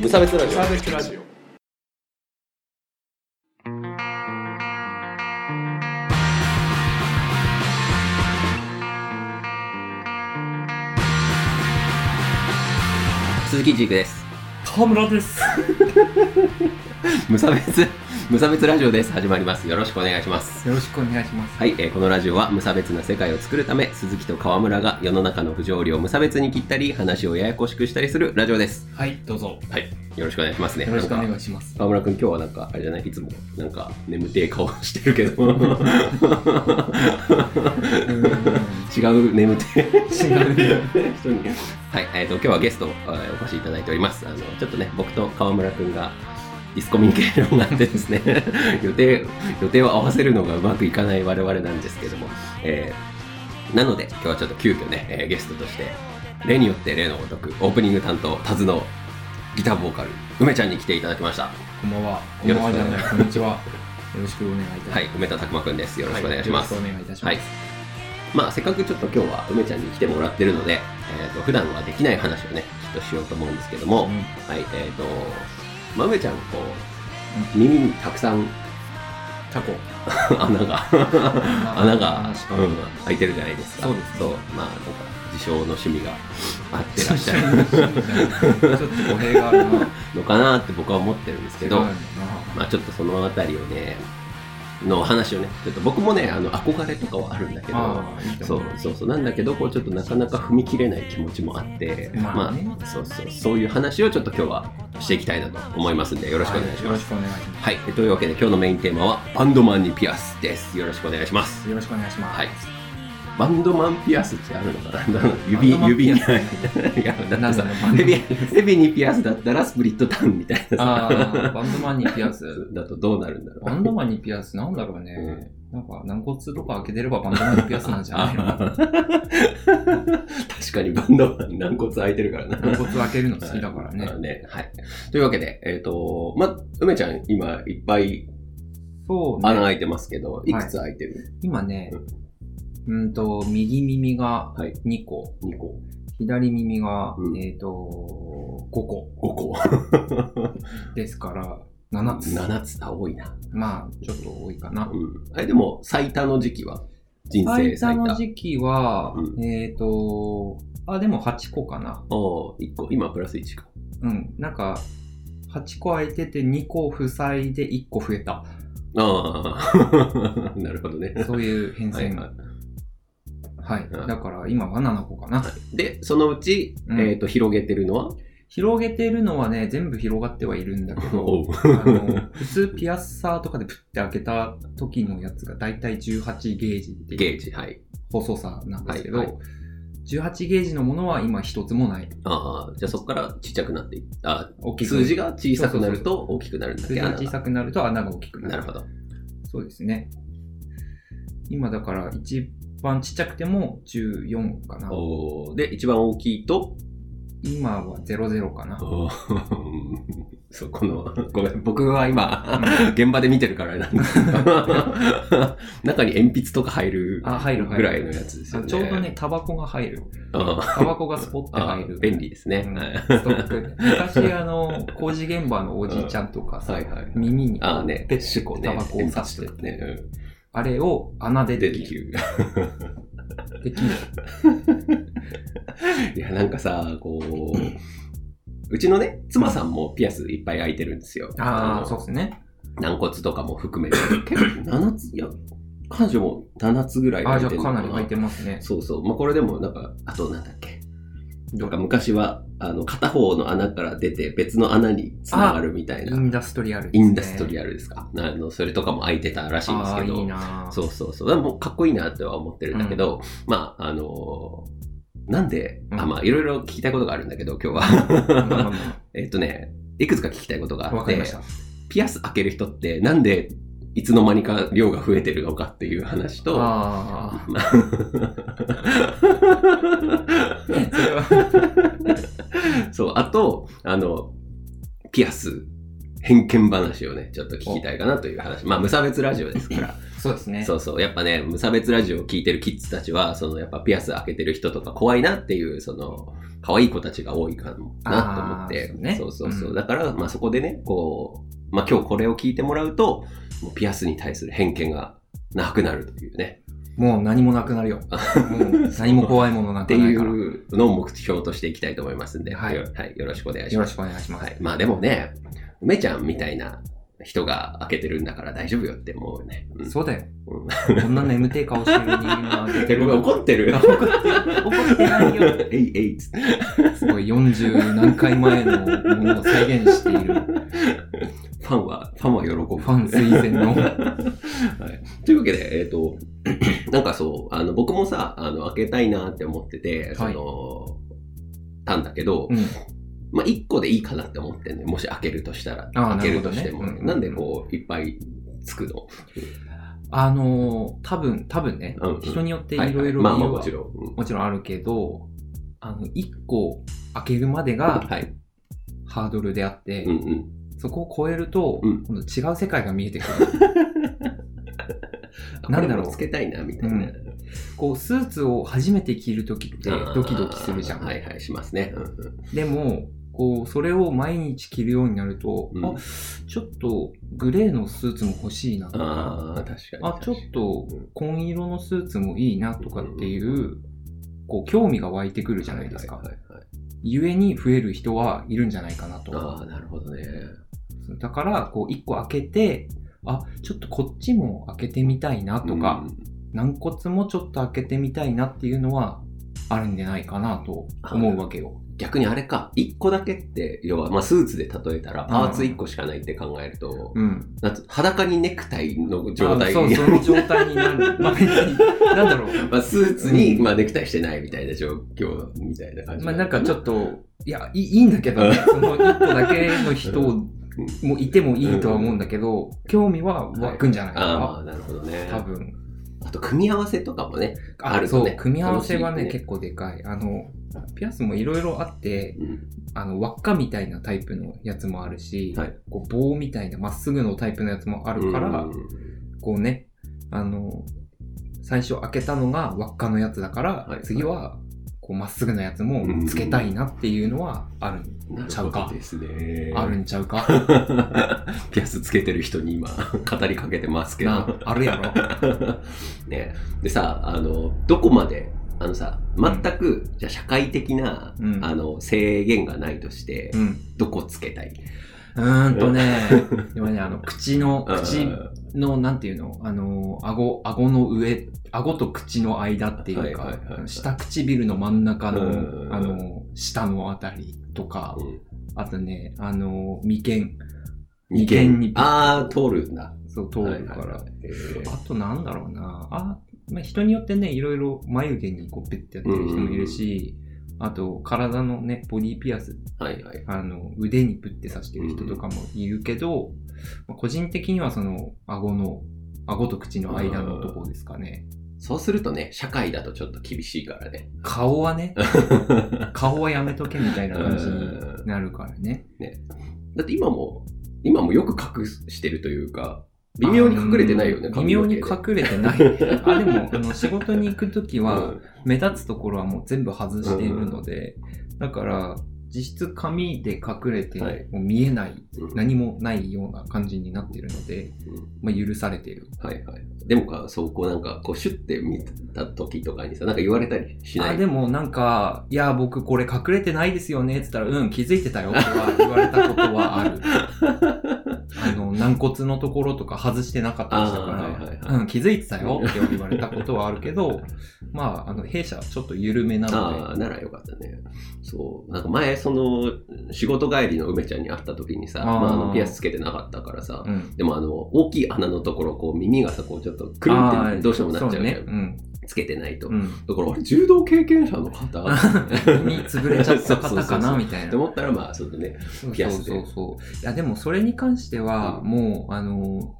無差別ラジオサーベスラジオ鈴木ジークです河村です無差別 無差別ラジオです始まりますよろしくお願いしますよろしくお願いしますはい、えーこのラジオは無差別な世界を作るため鈴木と河村が世の中の不条理を無差別に切ったり話をややこしくしたりするラジオですはいどうぞはいよろしくお願いしますねよろしくおなん願かいします河村君今日はなんかあれじゃないいつもなんか眠てえ顔してるけどうーん違う眠てえ違う人にはい、えー、と今日はゲスト、えーお越しいただいておりますあのちょっとね僕と河村くんがディスコミュニケーションがあってですね 予定予定を合わせるのがうまくいかない我々なんですけども、えーなので今日はちょっと急遽ね、えーゲストとして例によって例のごとくオープニング担当タズのギターボーカル梅ちゃんに来ていただきましたこんばんはこんばんはじゃないこんにちはよろしくお願いいたしますはい梅田拓磨くんですよろしくお願いします、はいよろしくお願いいたしまはすい。まあ、せっかくちょっと今日は梅ちゃんに来てもらってるので、えっ、と、普段はできない話をね、ちょっとしようと思うんですけども、うんはい、えっ、と、まあ、梅ちゃん、こう、耳にたくさん タコ穴が、穴が、うん、開いてるじゃないですか。そうですねそう、まあ、なんか、自称の趣味があってちらょっっしと ゃる語弊があるなのかなって僕は思ってるんですけど、違うよなまあ、ちょっとそのあたりをね、のお話をね、ちょっと僕もね、あの、憧れとかはあるんだけど、あーいいとそ思うそうそうなんだけどこうちょっとなかなか踏み切れない気持ちもあって、まあねまあ、そうそうそういう話をちょっと今日はしていきたいなと思いますんでよろしくお願いしはよまろすし。くお願いしまはい、というわけで今日のメインテーマは「バンドマンにピアス」です。よろしくお願いします。すよろしくお願いしますはいバンドマンピアスってあるのかな 指バンドマン指に いピアスやだなってんださろうバンドマンヘビヘビにピアスだったらスプリットタウンみた いなさあーバンドマンにピアスだとどうなるんだろうバンドマンにピアスなんだろうね。なんか軟骨とか開けてればバンドマンにピアスなんじゃないの 確かにバンドマン軟骨空いてるからな。軟骨開けるの好きだからね。はい。というわけで、えっ、と、ま、梅ちゃん、今、いっぱいそう穴ね。開いてますけど、いくつ開いてる、今ね、うんと、右耳がはい2個、二 ?2 個。左耳が、うんえっ、と、5個5個。 ですから、7つ。 7つ。あ、多いな。まあ、ちょっと多いかな。うん。あれ、でも、最多の時期は人生最最多多。の時期は、うえっ、と、あ、でも8個かな。おお1個。今、プラス1か。うん。なんか、8個空いてて2個塞いで1個増え た。ああ、 なるほどね。そういう変はい遷はがい。はい。うんだから今は7個かな。で、そのうち、うんえっ、と、広げてるの は、広げてるのはね、全部広がってはいるんだけ おどう、あの普通ピアッサーとかでプッて開けた時のやつがだいたい18ゲージってゲいーうジ。はい。細さなんですけど、はいはい18ゲージのものは今一つもない。ああ、じゃあそこからちっちゃくなっていっあ大きく数字が小さくなると大きくなるんだっ数け字が穴小がさくなると穴が大きくなる。なるほど。そうですね。今だから一番ちっちゃくても14かな。おーで、一番大きいと、今は00かな。そう、この、ごめん、僕は今、現場で見てるからあれなんですけど、中に鉛筆とか入るあ入る入ぐるらいのやつですよね。ちょうどね、タバコが入る。うん、タバコがスポッて入るあ。便利ですね。うんはいストック。昔、あの、工事現場のおじいちゃんとかさはいはい、耳にあーね、ペッシュこうタバコを刺してね、うんあれを穴ででででききる。る。できる。いや、なんかさ、こう、うちのね、妻さんもピアスいっぱい開いてるんですよ。あのあ、そうですね。軟骨とかも含めて、結構7つ、いや、彼女も7つぐらいあ開あ、いじゃてあるのかなりな入ってますね。そうそう。まあ、これでも、なんか、あと、なんだっけ。などんうかか。昔は、あの、片方の穴から出て、別の穴につながるみたいイな、ンダストリアルですイね。ンダストリアルですか。あの、それとかも空いてたらしいんですあけあ、いど。いなそうそうそう。でも、かっこいいなとは思ってるんだけど、まあ、あのーなんで、うんあ、まあ、いろいろ聞きたいことがあるんだけど、今日まあまあは。まえっとね、いくつか聞きたいことがああわっかりてまし、た。ピアス開ける人って、なんで、いつの間にか量が増えてるのかっていう話と、 あまああ。それは、そう、あと、あの、ピアス、偏見話をね、ちょっと聞きたいかなという話。まあ、無差別ラジオですから。そうですね。そうそう。やっぱね、無差別ラジオを聞いてるキッズたちは、その、やっぱピアス開けてる人とか怖いなっていう、その、可愛い子たちが多いかもなと思って。あーそうねそうそうそううんだから、まあそこでね、こう、まあ今日これを聞いてもらうと、もうピアスに対する偏見がなくなるというね。もう何もなくなるよ。もう何も怖いものなんっかてないいから。ようのを目標としていきたいと思いますんで、はいよはい、よろしくお願いしまろす。しくお願いします。はい、まあでもね、梅ちゃんみたいな人が開けてるんだから大丈夫よって思うよね。うんそうだよ。うんこんな眠てえ顔してる人間が出え、ごめん、怒ってる怒ってる 怒ってないよ。 えいえいっつってすごい40何回前のものを再現しているファンは、ファンは喜ぶ。ファン推薦の。 はい、というわけで、えっ、と、 なんかそう、あの、僕もさ、あの、開けたいなって思ってて、そはいの、たんだけど、うん。まあ、1個でいいかなって思ってんね。もし開けるとしたら。あー開けるとしても。ななるほどねうんんでこう、いっぱいつくのあのー多分、多分ね、うんうん人によっていはろいいろ理由まあまあはもちろん。うんもちろんあるけど、あの、一個開けるまでがはい。ハードルであって、うんうん。そこを超えると、うん今度違う世界が見えてくる。あなこれんだろうもつけたいな、みたいな。うんこう、スーツを初めて着るときってあードキドキするじゃん。はいはい、しますね。うんうんでも、こう、それを毎日着るようになると、うんあ、ちょっとグレーのスーツも欲しいなとか、ああ、確かに。あ、ちょっとうん紺色のスーツもいいなとかっていう、こう、興味が湧いてくるじゃないですかは。はいはいはいゆえに増える人はいるんじゃないかなと。ああ、なるほどね。だから、こう、一個開けて、あ、ちょっとこっちも開けてみたいなとか、うん軟骨もちょっと開けてみたいなっていうのは、あるんじゃないかなと思うわけよ。逆にあれか、1個だけって、要は、まあ、スーツで例えたら、パーツ1個しかないって考えると、うん。なんつ裸にネクタイの状態あそう、その状態になる。まあ別に、なんだろ う。まあ、スーツに、うんまあ、ネクタイしてないみたいな状況みたいな感じまあなんかちょっと、と、いや、いいいいんだけどね、その一個だけの人もいてもいいとは思うんだけど、興味は湧くんじゃないかああ、まな。あ、なるほどね。多分。あと、組み合わせとかもね。あるとそねう、組み合わせは楽しいね、ね結構でかい。あの、ピアスもいろいろあって、うんあの、輪っかみたいなタイプのやつもあるし、はいこう棒みたいなまっすぐのタイプのやつもあるから、うんこうね、あの、最初開けたのが輪っかのやつだから、はい次は、こうまっすぐなやつもつけたいなっていうのはある、なるちゃほうかどですね。あるんちゃうか ピアスつけてる人に今、語りかけてますけなど。あるやろ。 ね、でさあのどこまであのさ全く、じゃあ社会的な、うんあの制限がないとして、うん。どこつけたいうーんとね、 でもね、あの、口の、口うんの、なんていうのあの、顎、顎の上、顎と口の間っていうはいかはいはいは、い下唇の真ん中うんの、あの、下のあたりとか、あとね、あの、眉間、二眉間間にああ通るんだそう、通るかはいはいらはい。へーあとなんだろうな、あ、まあ、人によってね、いろいろ眉毛にこう、ペッてやってる人もいるし、あと、体のね、ボディピアスはいはいあの腕にプッて刺してる人とかもいるけど、まあ個人的にはその顎の顎と口の間のとこですかね、そうするとね社会だとちょっと厳しいからね顔はね顔はやめとけみたいな感じになるからね、だって今も今もよく隠してるというか微妙に隠れてないよね微妙にれ隠れてない あでもあの仕事に行く時は目立つところはもう全部外しているので、だから実質紙で隠れてはいもう見えない、何もないような感じになってるので、まあ、許されているはいはい。でもか、そう、こうなんか、こう、シュッて見た時とかにさ、なんか言われたりしなあい。でもなんか、いや、僕これ隠れてないですよねって言ったら、うん、気づいてたよとは言われたことは ある。あの、軟骨のところとか外してなかったりしたから、あーはいはいはいうん、気づいてた よって言われたことはあるけど、まあ、あの、弊社はちょっと緩めなあのあ、で、ならよかったね。そう。なんか前、その、仕事帰りの梅ちゃんに会った時にさ、あーまあ、あのピアスつけてなかったからさ、うん。でもあの、大きい穴のところ、こう、耳がさ、こう、ちょっとクリンってどうしてもなっちゃうじそゃんね。うん。つけてないと。うん。だから、あれ柔道経験者の 方耳潰れちゃった方かなみみたいたな。と思ったら、まあ、ちょっとね、そうピそアうスでそうそう。いや、でもそれに関しては、もう、あの、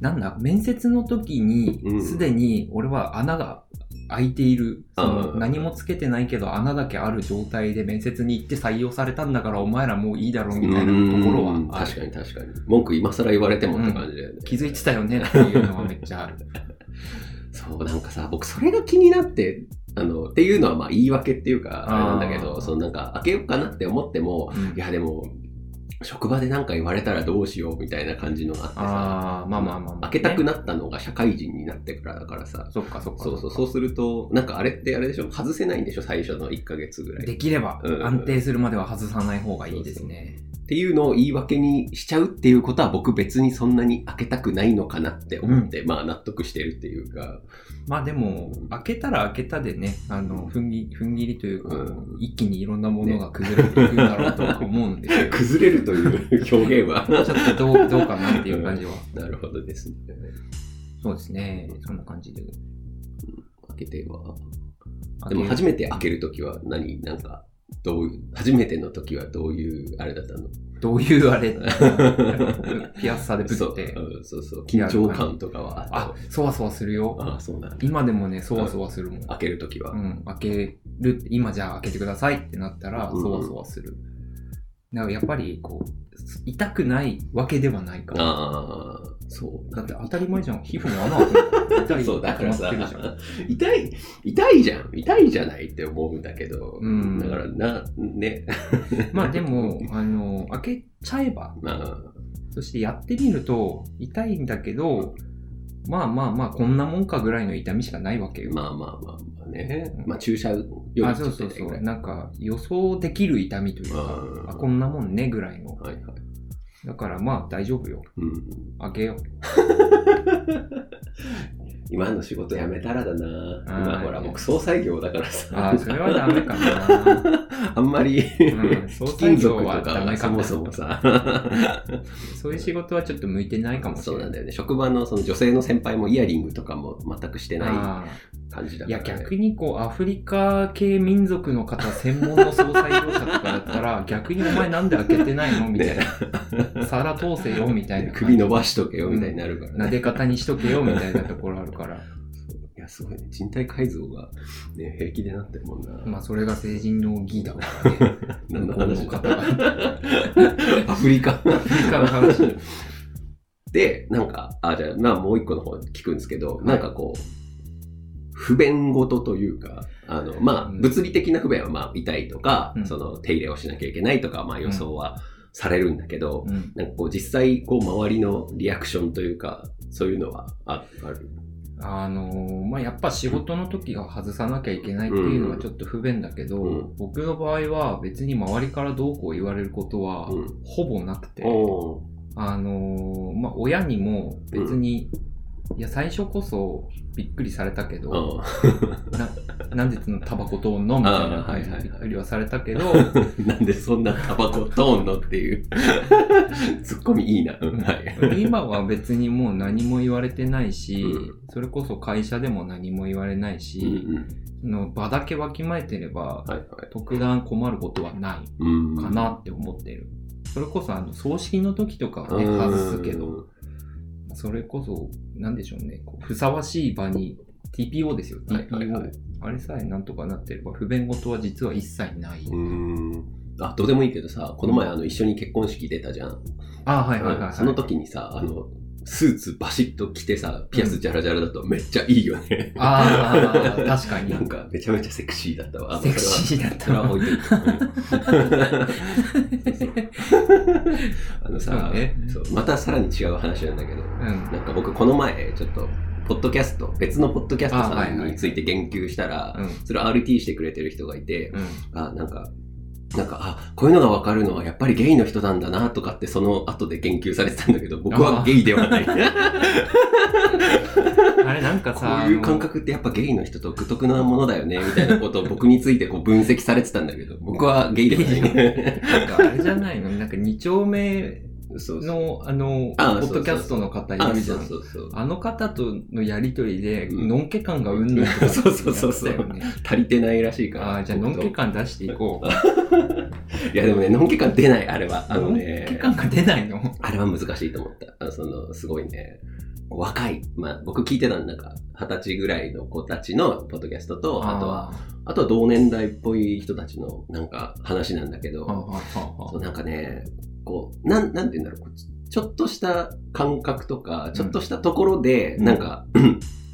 なんだ、面接の時にう、んすでに俺は穴が開いている、そのうん何もつけてないけど穴だけある状態で面接に行って採用されたんだからお前らもういいだろうみたいなところはうんある確かに確かに。文句今更言われてもって感じだよね。気づいてたよねっていうのはめっちゃある。そう、なんかさ、僕それが気になって、あの、っていうのはまあ言い訳っていうか、あれなんだけあーど、そのなんか開けようかなって思っても、いやでも、職場でなんか言われたらどうしようみたいな感じのがあってさ、ああ、まあまあまあまあ、開けたくななったのが社会人になってからだからさ、そっかそっか。そうそう、そうすると、なんかあれってあれでしょ外せないんでしょ最初の1ヶ月ぐらい。できればうん安定するまでは外さない方がいいですね。っていうのを言い訳にしちゃうっていうことは僕別にそんなに開けたくないのかなって思って、まあ納得してるっていうか、 まあでも、開けたら開けたでね、あの、踏ん切り踏ん切りというか、うん。一気にいろんなものが崩れていくんだろうとは思うんですよ崩れるという表現は。 ちょっとどうどうかなっていう感じは。なるほどですね。そうですね。そんな感じで。開けては。あでも初めて開けるときは何なんか、どういう、初めてのときはどういうあれだったのどういうあれ ピアッサでプそっう、て。うんそうそう。緊張感とかはああっ、そわそわするたよ。ああ、そうなんだ。今でもね、そわそわするもん。開けるときは。うん、開けるって、今じゃあ開けてくださいってなったら、うんそわそわする。だからやっぱり、こう、す痛くないわけではないから。ああ、そう。だって当たり前じゃん。皮膚に穴 開けてそうだからさ決まってるじゃ ん痛い、痛いじゃん。痛いじゃないって思うんだけど。うんだから、な、ね。まあで も、あの、開けちゃえば、まそしてやってみると、痛いんだけど、まあまあまあ、こんなもんかぐらいの痛みしかないわけあ、よ。まあまあまあまあね。まあ、注射よりあちそょうっとそうそ。痛いうぐらいなんか、予想できる痛みというか、うんあ、こんなもんねぐらいの。はいはい。だからまあ大丈夫よ。うん。開けよう。今の仕事辞めたらだな。あー今ほら、僕、総裁業だからさ。 ああ、それはダメかな。あんまり、うん総貴裁金業属とはダか、メかそなもそもさ。そういう仕事はちょっと向いてないかもしそれうな。ないんだよね。職場のその女性の先輩もイヤリングとかも全くしてなあい感じだあいから、やね。逆にこうアフリカ系民族の方専門の総裁業者とかだったら逆にお前なんで開けてないのみたいな皿通せよみたいな 首伸ばしとけよみたいになるからね。撫で方にしとけよみたいなところあるからいや、すごいね。人体改造が、ね、平気でなってるもんな。まあそれが成人の儀だからね 何向のこう話のだ方がア フアフリカ。リカの話で、なんか、あ、じゃあ、まあ、もう一個の方聞くんですけど、なんかこう、不便事というか、あの、まあ、うん物理的な不便は、まあ、痛いとか、うんその、手入れをしなきゃいけないとか、まあ、予想はされるんだけど、うんなんかこう、実際、こう、周りのリアクションというか、そういうのはあある。あのーまあ、やっぱ仕事の時は外さなきゃいけないっていうのはちょっと不便だけど、うん僕の場合は別に周りからどうこう言われることはうんほぼなくて、おーあのーまあ、親にも別に、いや最初こそびっくりされたけど、あなんでそのタバコとんのみたいな感じあーはいはいはいでびっくりはされたけど、ーなんで そんなタバコ通んのって いう。ツッコミいいな。うんはい。今は別にもう何も言われてないし、うそれこそ会社でも何も言われないし、うんうんその場だけわきまえてればはいはい。特段困ることはない。うんかなって思ってる。それこそあの葬式の時とかはね、うん外すけど、それこそ、なんでしょうね、こうふさわしい場に、TPO ですよ、はい TPO。はいはいあれさえなんとかなってれば、不便事は実は一切ない。うんあどうでもいいけどさこの前あの一緒に結婚式出たじゃん、あはいはいはい、はい。その時にさあのスーツバシッと着てさピアスジャラジャラだとめっちゃいいよね、ああ、確か にな。んかめちゃめちゃセクシーだったわセクシーだっそたれはら置いてるあのそさうねそうまたさらに違う話なんだけどうん。なんか僕この前ちょっとポッドキャスト別のポッドキャストあはさいはんいについて言及したら、うん。それを RT してくれてる人がいて、うん。あ、なんか、なんか、あ、こういうのがわかるのはやっぱりゲイの人なんだなとかってその後で言及されてたんだけ ど、僕はゲイではない。こ あれなんかうさ、いう感あの覚ってやっぱゲイの人独特なものだよね、みたいなことを僕についてこう分析されてたんだけど、僕はゲイではない。なんかあれじゃないのなんか2丁目 そうそう。の、あの、ポあそうそうッドキャストの方いあ、るじそゃ。うんそうそう。あの方とのやりとりで、うんのんけ感がうんぬんとかってそうそうそうそうやってたよね足りてないらしいから。ああ、じゃあ、のんけ僕と感出していこう。いや、でもね、のんけ感出ない、あれは。あののんけね。感が出ないのあれは難しいと思った。あその、すごいね。若い、まあ、僕聞いてたのなんか、二十歳ぐらいの子たちのポッドキャストと、あとは、あとは同年代っぽい人たちのなんか話なんだけあー、はあど、はあはあはあそうなんかね、こう、なん、なんて言うんだろうこう、ちょっとした感覚とか、ちょっとしたところで、うんなんか、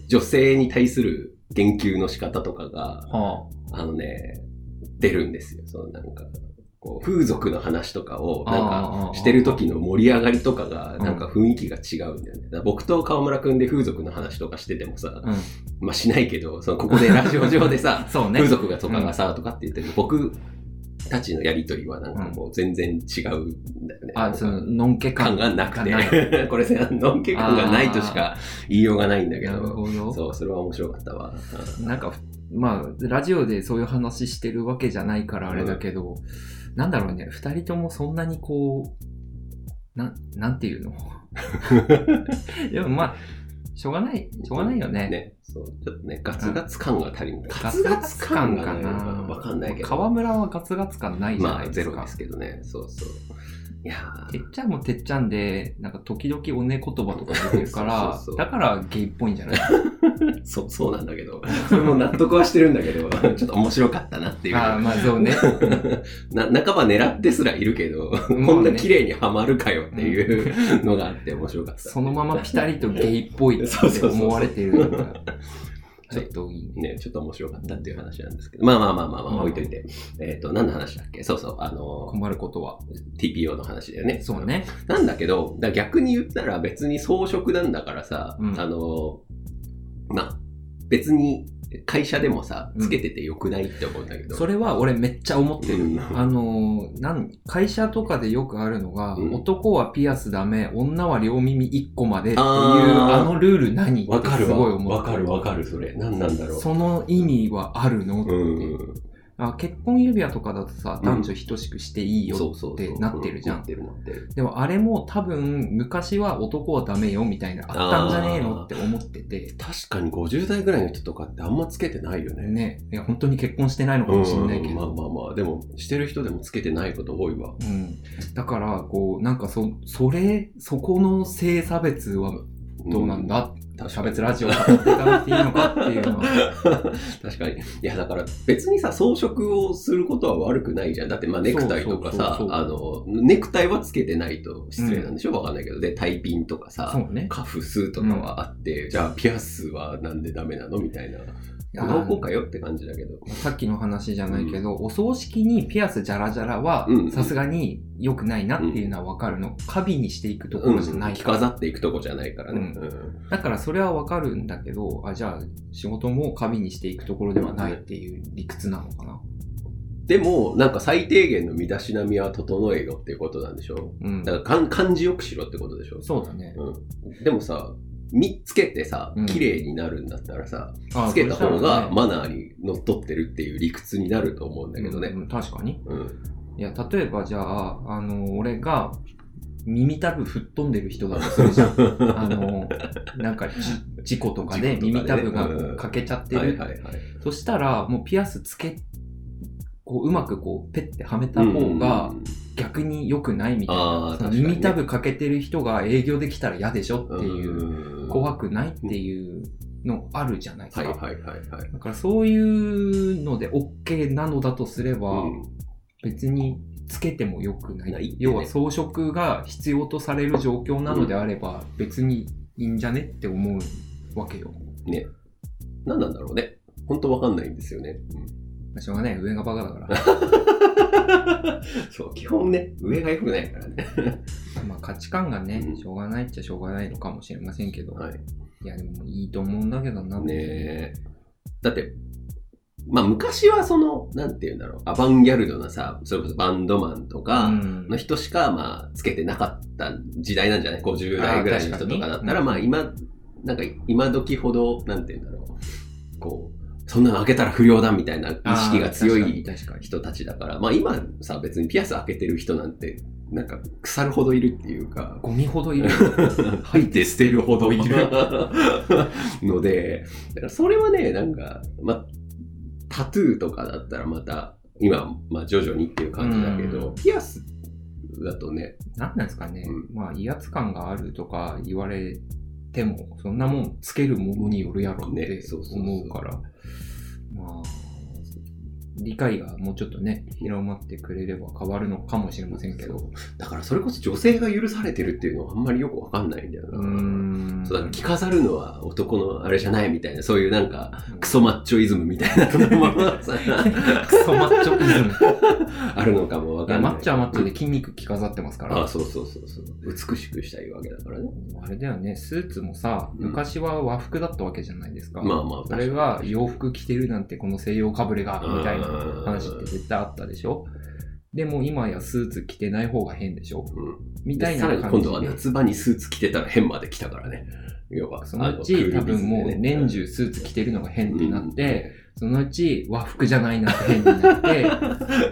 女性に対する言及の仕方とかが、はあのね、出るんですよ。そのなんか、こう、風俗の話とかを、あなんあああかあ、してる時の盛り上がりとかが、うんなんか雰囲気が違うんだよね。だから僕と川村くんで風俗の話とかしててもさ、あうん、まあしないけど、そのここでラジオ上でさそうね風俗がとかがさ、とかって言ってる僕たちのやりとりはなんかもう全然違うんだよね。あそののんけ感感がなくなて、 これさ、のんけ感がないとしか言いようがないんだけなるど、ほど そう、それは面白かったわ。なんか、まあ、ラジオでそういう話してるわけじゃないからあれだけど、なんだろうね、二人ともそんなにこう、なん、なん ていうのでもまあ、しょうがない、しょうがないよね。ね。そう。ちょっとね、ガツガツ感が足りない。ガガツツガガツツ感がね感かな。わかんないけど。河村はガツガツ感ないじゃまなあ、いゼですロか。ですけどね。そうそう。いやてっちゃんもてっちゃんで、なんか時々おね言葉とか出てるか ら、そうそうそうだからゲイっぽいんじゃないーそう、そうなんだけど。それも納得はしてるんだけど、 ちょっと面白かったなっていう。ああ、まあそうね。な、半ば狙ってすらいるけど、ね こんな綺麗にはまるかよっていうのがあって面白かった。そのままピタリとゲイっぽいっそうそうてそうそう思われてるのが、ちょっといい ね。ね、ちょっと面白かったっていう話なんですけど。まあまあまあまあまうんあ、置いといて。えっと、何の話だっけそうそう、あの、困ることは。 TPO の話だよね。そうね。なんだけど、だ逆に言ったら別に装飾なんだからさ、うんあの、まあ、別に会社でもさ、うんつけててよくないって思うんだけど。それは俺めっちゃ思ってる。うんあのーなん、会社とかでよくあるのが、うん男はピアスダメ、女は両耳1個までっていう、あーあのルール何わかってるすわ。ごい思うわかるわかる、それ。何なんだろう。その意味はあるの、うん。あ結婚指輪とかだとさ、うん男女等しくしていいよ。そうそうそう。ってなってるじゃんなってるなってる。でもあれも多分、昔は男はダメよみたいな、あったんじゃねえのって思ってて、確かに50代ぐらいの人とかってあんまつけてないよね。ね、いや本当に結婚してないのかうもんしれないけど。まあまあまあ、でも、してる人でもつけてないこと多いわ。うん、だからこうなんかそそれそこの性差別はどうなんだ、うん差別ラジオ語っていかなくていいのかっていうのは 確かに。いや、だから別にさ、装飾をすることは悪くないじゃん。だって、まあ、ネクタイとかさそうそうそう、あの、ネクタイはつけてないと失礼なんでしょ、わかんないけど。で、タイピンとかそさ、うねカフスとかはあって、じゃあ、ピアスはなんでダメなのみたいな。いやどうかよって感じだけど。さっきの話じゃないけど、お葬式にピアスジャラジャラはうんさすがに良くないなっていうのはわかるのカビにしていくとこうん、ろじゃない着から、飾っていくとこじゃないからね。ううんだからそれはわかるんだけどあじゃあ仕事もカビにしていくところではないっていう理屈なのかな、でも、なんか最低限の身だしなみは整えろっていうことなんでしょうんだ、からかん漢字よくしろってことでしょそうだね、でもさ、見つけてさうん、綺麗になるんだったらさ、あつけた方がだマナーにのっとってるっていう理屈になると思うんだけどね。確かにうん。いや、例えばじゃあ、あの、俺が耳たぶ吹っ飛んでる人だとする じゃん。あの、なんかじ事故とかで事故とかね耳たぶがこうんう欠けちゃってはいる。はいはい。そしたら、もうピアスつけ、こう、うまくこう、ペッてはめた方がうん、逆に良くないみたいな。あーそ確のかにね耳たぶ欠けてる人が営業できたら嫌でしょっていう、うん怖くないっていうのあるじゃないですはいか。はいはいはい。だからそういうので OK なのだとすれば、別につけてもよくないないってね要は装飾が必要とされる状況なのであれば別にいいんじゃねって思うわけよ何なんだろうね。本当わかんないんですよね。うんしょうがない上がバカだか そう、基本ね、上が良くないからね。 らまあ価値観がうねんしょうがないっちゃしょうがないのかもしれませんけど、はい。い、やでもいいと思うんだけどな、ねえ。だって、まあ昔はその、なんて言うんだろう、アバンギャルドなさ、それこそバンドマンとか、うんの人しか、まあ、つけてなかった時代なんじゃない ?50 代ぐらいの人とかだったら、あー確まあ、かに今、なんか、今時ほど、なんて言うんだろう。こう、そんなの開けたら不良だみたいな意あー識が強確いかに確かに人たちだから、まあ今さ、別にピアス開けてる人なんて、なんか、腐るほどいるっていうか、ゴミほどい る吐いて捨てるほどい る るので、だからそれはね、なんか、まあ、タトゥーとかだったらまた、今、まあ徐々にっていう感じだけど、うんピアスだとね、何なんですかね、うまあ威圧感があるとか言われても、そんなもんつけるものによるやろっねてそうそうそう思うから、まあ、理解がもうちょっとね、広まってくれれば変わるのかもしれませんけど、だからそれこそ女性が許されてるっていうのはあんまりよくわかんないんだよな。うーんそうだから着飾るのは男のあれじゃないみたいな、そういうなんか、うんクソマッチョイズムみたいなの もさクソマッチョイズム。 あるのかもわいかやんなマい。ッチョはマッチョで筋肉着飾ってますから。あそうそうそうそう。美しくしたいわけだからね。あれだよね、スーツもさ、うん昔は和服だったわけじゃないですか。まあまあ、それが洋服着てるなんてこの西洋かぶれが、みたいな話って絶対あったでしょでも今やスーツ着てない方が変でしょうんみたでいさならに感今じ度はで。夏場にスーツ着てたら変まで来たからね。要は、そのうあちク多ールビズ分でもうね年中スーツ着てるのが変ってなって、、そのうち和服じゃないなって変にな って、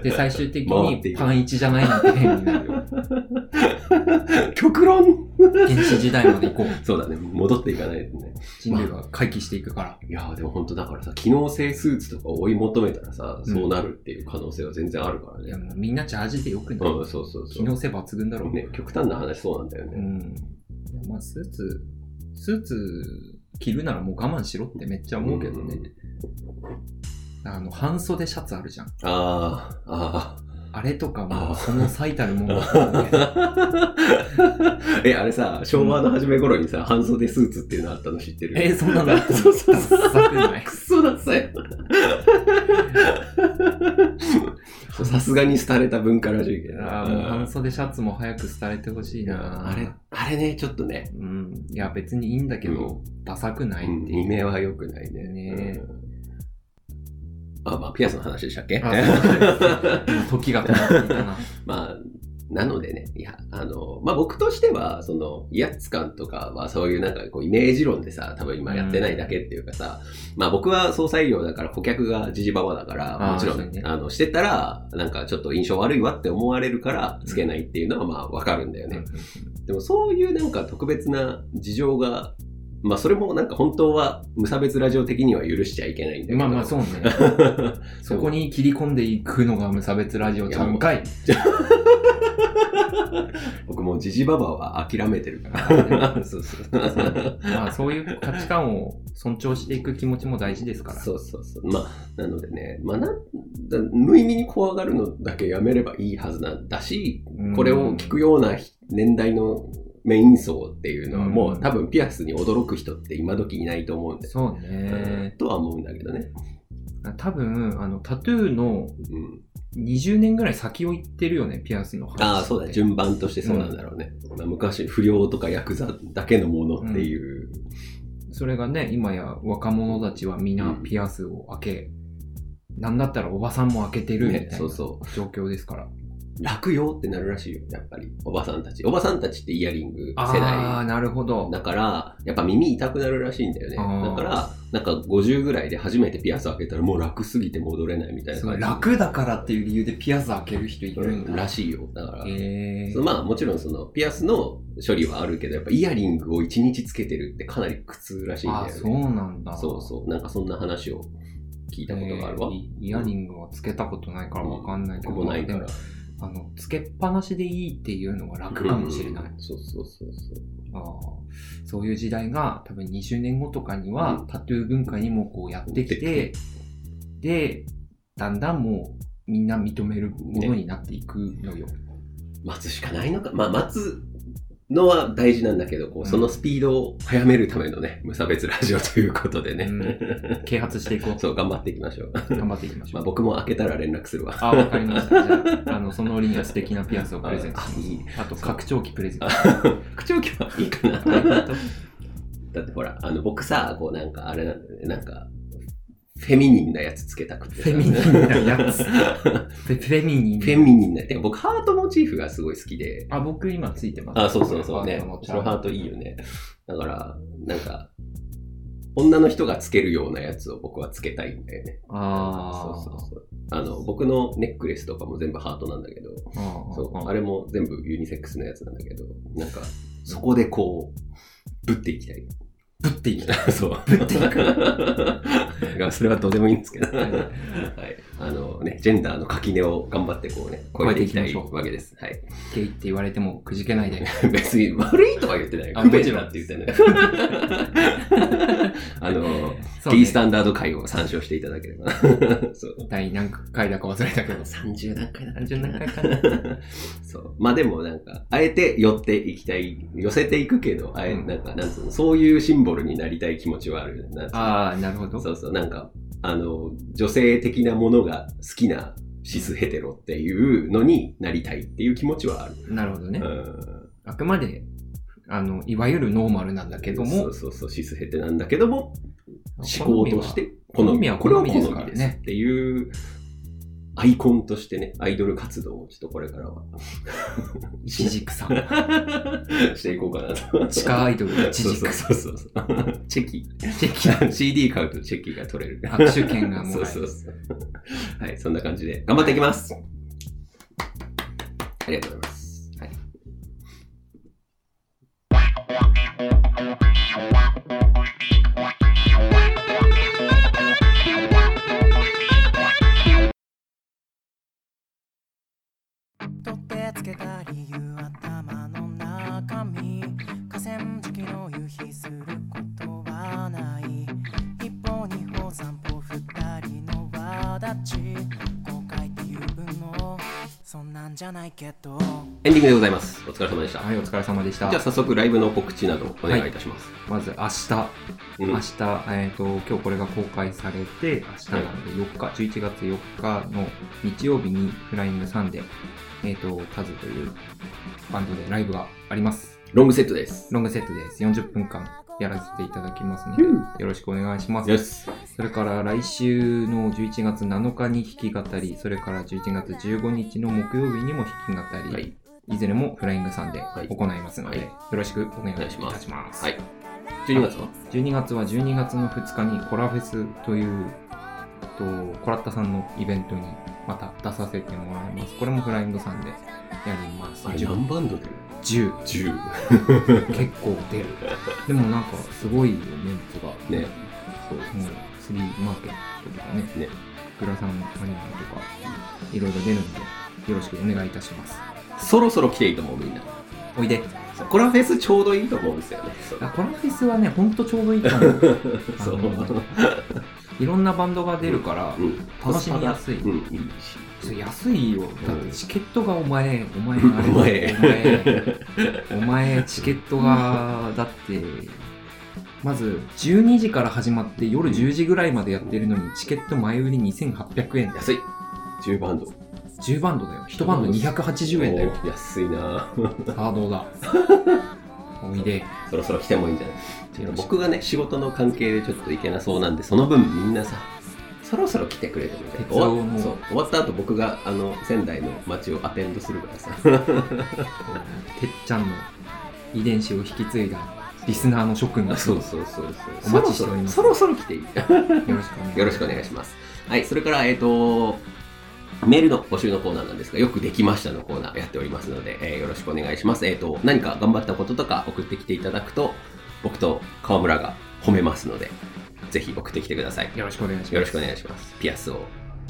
で最終的回っていにくパンイチじゃないなって変になるよ。うん極論原始時代まで行こう。そうだね、戻っていかないとね。人類は回帰していくから。いやーでも本当だからさ、機能性スーツとかを追い求めたらさ、そうなるっていう可能性は全然あるからいやね。もうみんなジャージでよくなうん、いそうそうそ機う。能性抜群だろう。ね、極端な話そうなんだようね。ん。いやまあスーツ、スーツ着るならもう我慢しろってめっちゃ思うけどね。あの、半袖シャツあるじゃん。あー、 ああれとかあもあその最たるものだと思うね ー。え、あれさ、昭和の初め頃にさ、半袖スーツっていうのあったの知ってるえー、そんなのあったのそうそうそうダサくないくっそださい。さすがに廃れた文化らしいけど。ああ、もう半袖シャツも早く廃れてほしいな。あれ、あれね、ちょっとね、うん。いや、別にいいんだけど、ダサくないっうんてい二う。名は良くないね。ねうんあ、まあ、ピアスの話でしたっ けあそうですね時が止まっていたな。まあ、なのでね、いや、あの、まあ僕としては、その、威圧感とかはそういうなんかこうイメージ論でさ、多分今やってないだけっていうかさ、まあ僕は総裁業だから顧客がジジババだから、あーもちろそうねん、あの、してたら、なんかちょっと印象悪いわって思われるから、つけないっていうのはまあわかるんだよね。でもそういうなんか特別な事情が、まあそれもなんか本当は無差別ラジオ的には許しちゃいけないんだけうんど。まあま あ、そうね。そこに切り込んでいくのが無差別ラジオちゃうんかい。僕もうジジババは諦めてるか ら。そうそうまあそういう価値観を尊重していく気持ちも大事ですから。 そうそうそう。まあ、なのでね、まあなんだ、無意味に怖がるのだけやめればいいはずなんだし、うんこれを聞くような年代のメイン層っていうのは、もううん多分ピアスに驚く人って今時いないと思うんで、そうね。とは思うんだけどね。多分、あの、タトゥーのうん、 20年ぐらい先を行ってるよね、ピアスの話って。ああ、そうだ、順番としてそうなんだろうね。まあ昔、不良とかヤクザだけのものっていう、それがね、今や若者たちは皆ピアスを開け、なんだったらおばさんも開けてるみたいね、なそ状うそう。況ですから。落葉ってなるらしいよ、やっぱり。おばさんたち。おばさんたちってイヤリング世ああ、代。なるほど。だから、やっぱ耳痛くなるらしいんだよね。あーだから、なんか50ぐらいで初めてピアス開けたらもう楽すぎて戻れないみたいなすご感いじ。楽だからっていう理由でピアス開ける人いるんだ。らしいよ。だから、えそのまあもちろんそのピアスの処理はあるけど、やっぱイヤリングを1日つけてるってかなり苦痛らしいんああ、だよそうね。なんだ。そうそう。なんかそんな話を聞いたことがあるわ。えーイイヤリングはつけたことないからわかんないけど、ここないかでらも。あのつけっぱなしでいいっていうのは楽かもしれない、うんそうそうそうそう。あーそういう時代が多分20年後とかには、うんタトゥー文化にもこうやってきやてでだんだんもうみんな認めるものになっていく のよ、待つしかないのか。まあ、待つのは大事なんだけど、こうんう、そのスピードを早めるためのね、無差別ラジオということでね。う啓発していこ うそう、頑張っていきましょう。頑張っていきましょまあ、う、僕も開けたら連絡するわ。あわかりましたじゃああ のその折には素敵なピアスをプレゼントしあいい。あと拡張器プレゼント口調器はいいかな。 だってほら、あの、僕さ、こうなんか、あれなんだよね、なんか、フェミニンなやつつけたくてさ。フェミニンなや つフェフェフェミ ニンミニンな。てか僕、ハートモチーフがすごい好きで。あ僕今ついてますあ、そうそうそうね。ハートのチャー白ハートいいよね。だから、なんか、女の人がつけるようなやつを僕はつけたいんだよね。ああ。そうそうそう。あの、僕のネックレスとかも全部ハートなんだけど、そう、あれれも全部ユニセックスのやつなんだけど、なんか、そこでこう、ぶっていきたい。 ぶっていきたい。そう。ぶっていく。それはどうでもいいんですけど。ははいい。あのね、ジェンダーの垣根を頑張ってこうね、超えていきたいわけです。はい。 ゲイって言われてもくじけ ないで。別に悪いとは言ってない。あ不便だって言ってない。 あの、そうね T スタンダード回を参照していただければ。 そう。第何回だか忘れた けど。 30段階だから30何回かな。そう。まあでもなんか、あえて寄っていきたい、寄せていくけど、あえ、うんなんか、なんつうの、そういうシンボルになりたい気持ちはある。なんつうのああ、なるほど。そうそう、なんか、あの、女性的なものが好きなシスヘテロっていうのになりたいっていう気持ちはある。なるほどねう。んあくまで、あの、いわゆるノーマルなんだけどそもう、そうそう、シスヘテなんだけども、思考として、好みはこれは好みで好すみですからねっていう、アイコンとしてね、アイドル活動をちょっとこれから はいちじくさ ん。していこうかなと。地下アイドル、いちそうじそうくそうそう。チェキ。チ ェキ。 CD 買うとチェキが取れる。握手券がもらえそうるそうそう。はい、そんな感じで頑張っていきます。ありがとうございます。はい。取ってつけた理由頭の中身河川敷の夕日することはない一歩二歩三歩二人の輪立ち後悔っていう分のそんなんじゃないけどエンディングでございます。お疲れ様でした。はい、お疲れ様でしたじゃあ。早速ライブの告知などお願いいたします。まず明日。うん明日、えっ、と、今日これが公開されて、明日なんで4日、11月4日の日曜日にフライングサンデー、えっ、と、タズというバンドでライブがあります。ロングセットです。ロングセットです。40分間やらせていただきますので、うんよろしくお願いします。よし。それから来週の11月7日に弾き語り、それから11月15日の木曜日にも弾き語り、はいい。、ずれもフライングサンデーはい行いますので、はいよろしくお願いいたしお願まいす。ますはい。12月は12月は12月の2日にコラフェスという、えっと、コラッタさんのイベントにまた出させてもらいます。これもフライングさんでやります。10, バンドで10 ?10。結構出る。でもなんかすごいメンツが。ね。そう、もうスリーマーケットとかね、ね。グラサンアニメとか、いろいろ出るんで、よろしくお願いいたします。そろそろ来ていいと思う、みんな。おいで。コラフェスちょうどいいと思うんですよね。そうあコラフェスはね、ほんとちょうどいい かも。そう。いろんなバンドが出るから、うん。楽しみやすいうん、いいし。それ安いよ。だってチケットがお前、お前、お前お前、お前、チケットが、だって、まず12時から始まって夜10時ぐらいまでやってるのにチケット前売り2800円だよ。安い。10バンド。 10バンドだよ。1バンド280円だよ。お安いなぁさあどうだ。おいで。そろそろ来てもいいんじゃない僕がね仕事の関係でちょっと行けなそうなんでその分みんなさそろそろ来てくれてもいいんじゃない鉄道終わもそう終わった後僕があの仙台の街をアテンドするからさてっちゃんの遺伝子を引き継いだリスナーの諸君がそうそうそうお そう待ちしておりますそろそろそろそろ来ていいよろしくお願いよろしくお願いしますはいそれからえっ、とメールの募集のコーナーなんですが、よくできましたのコーナーやっておりますので、えーよろしくお願いします。えっ、と、何か頑張ったこととか送ってきていただくと、僕と川村が褒めますので、ぜひ送ってきてください。よろしくお願いします。よろしくお願いします。ピアスを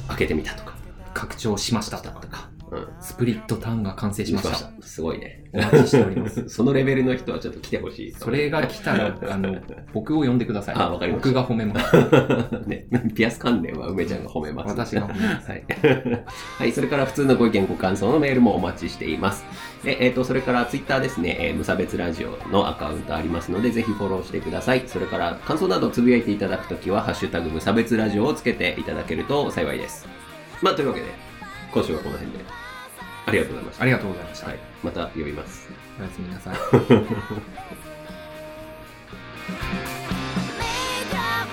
開けてみたとか、拡張しましたととか、うん、スプリットターンが完成しました。すごいね。お待ちしております。そのレベルの人はちょっと来てほしい。それが来た ら、あの、僕を呼んでください。あわかりました僕が褒めます。 ね、ピアス関連は梅ちゃんが褒めます。私が 褒めます。はい。はい、それから普通のご意見、ご感想のメールもお待ちしています。で、えっ、と、それからツイッターですね、えー無差別ラジオのアカウントありますので、ぜひフォローしてください。それから感想などつぶやいていただくときは、ハッシュタグ無差別ラジオをつけていただけると幸いです。まあ、というわけで、今週はこの辺で、ありがとうございましたあ。りがとうございました。はい、また呼びます。おやすみなさい。 Make up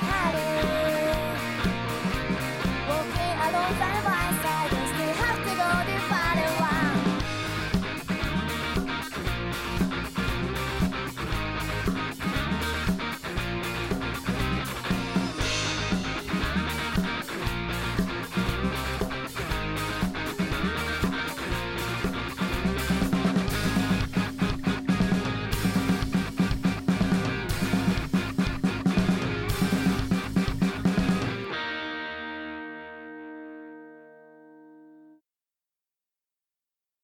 party. Walking alongside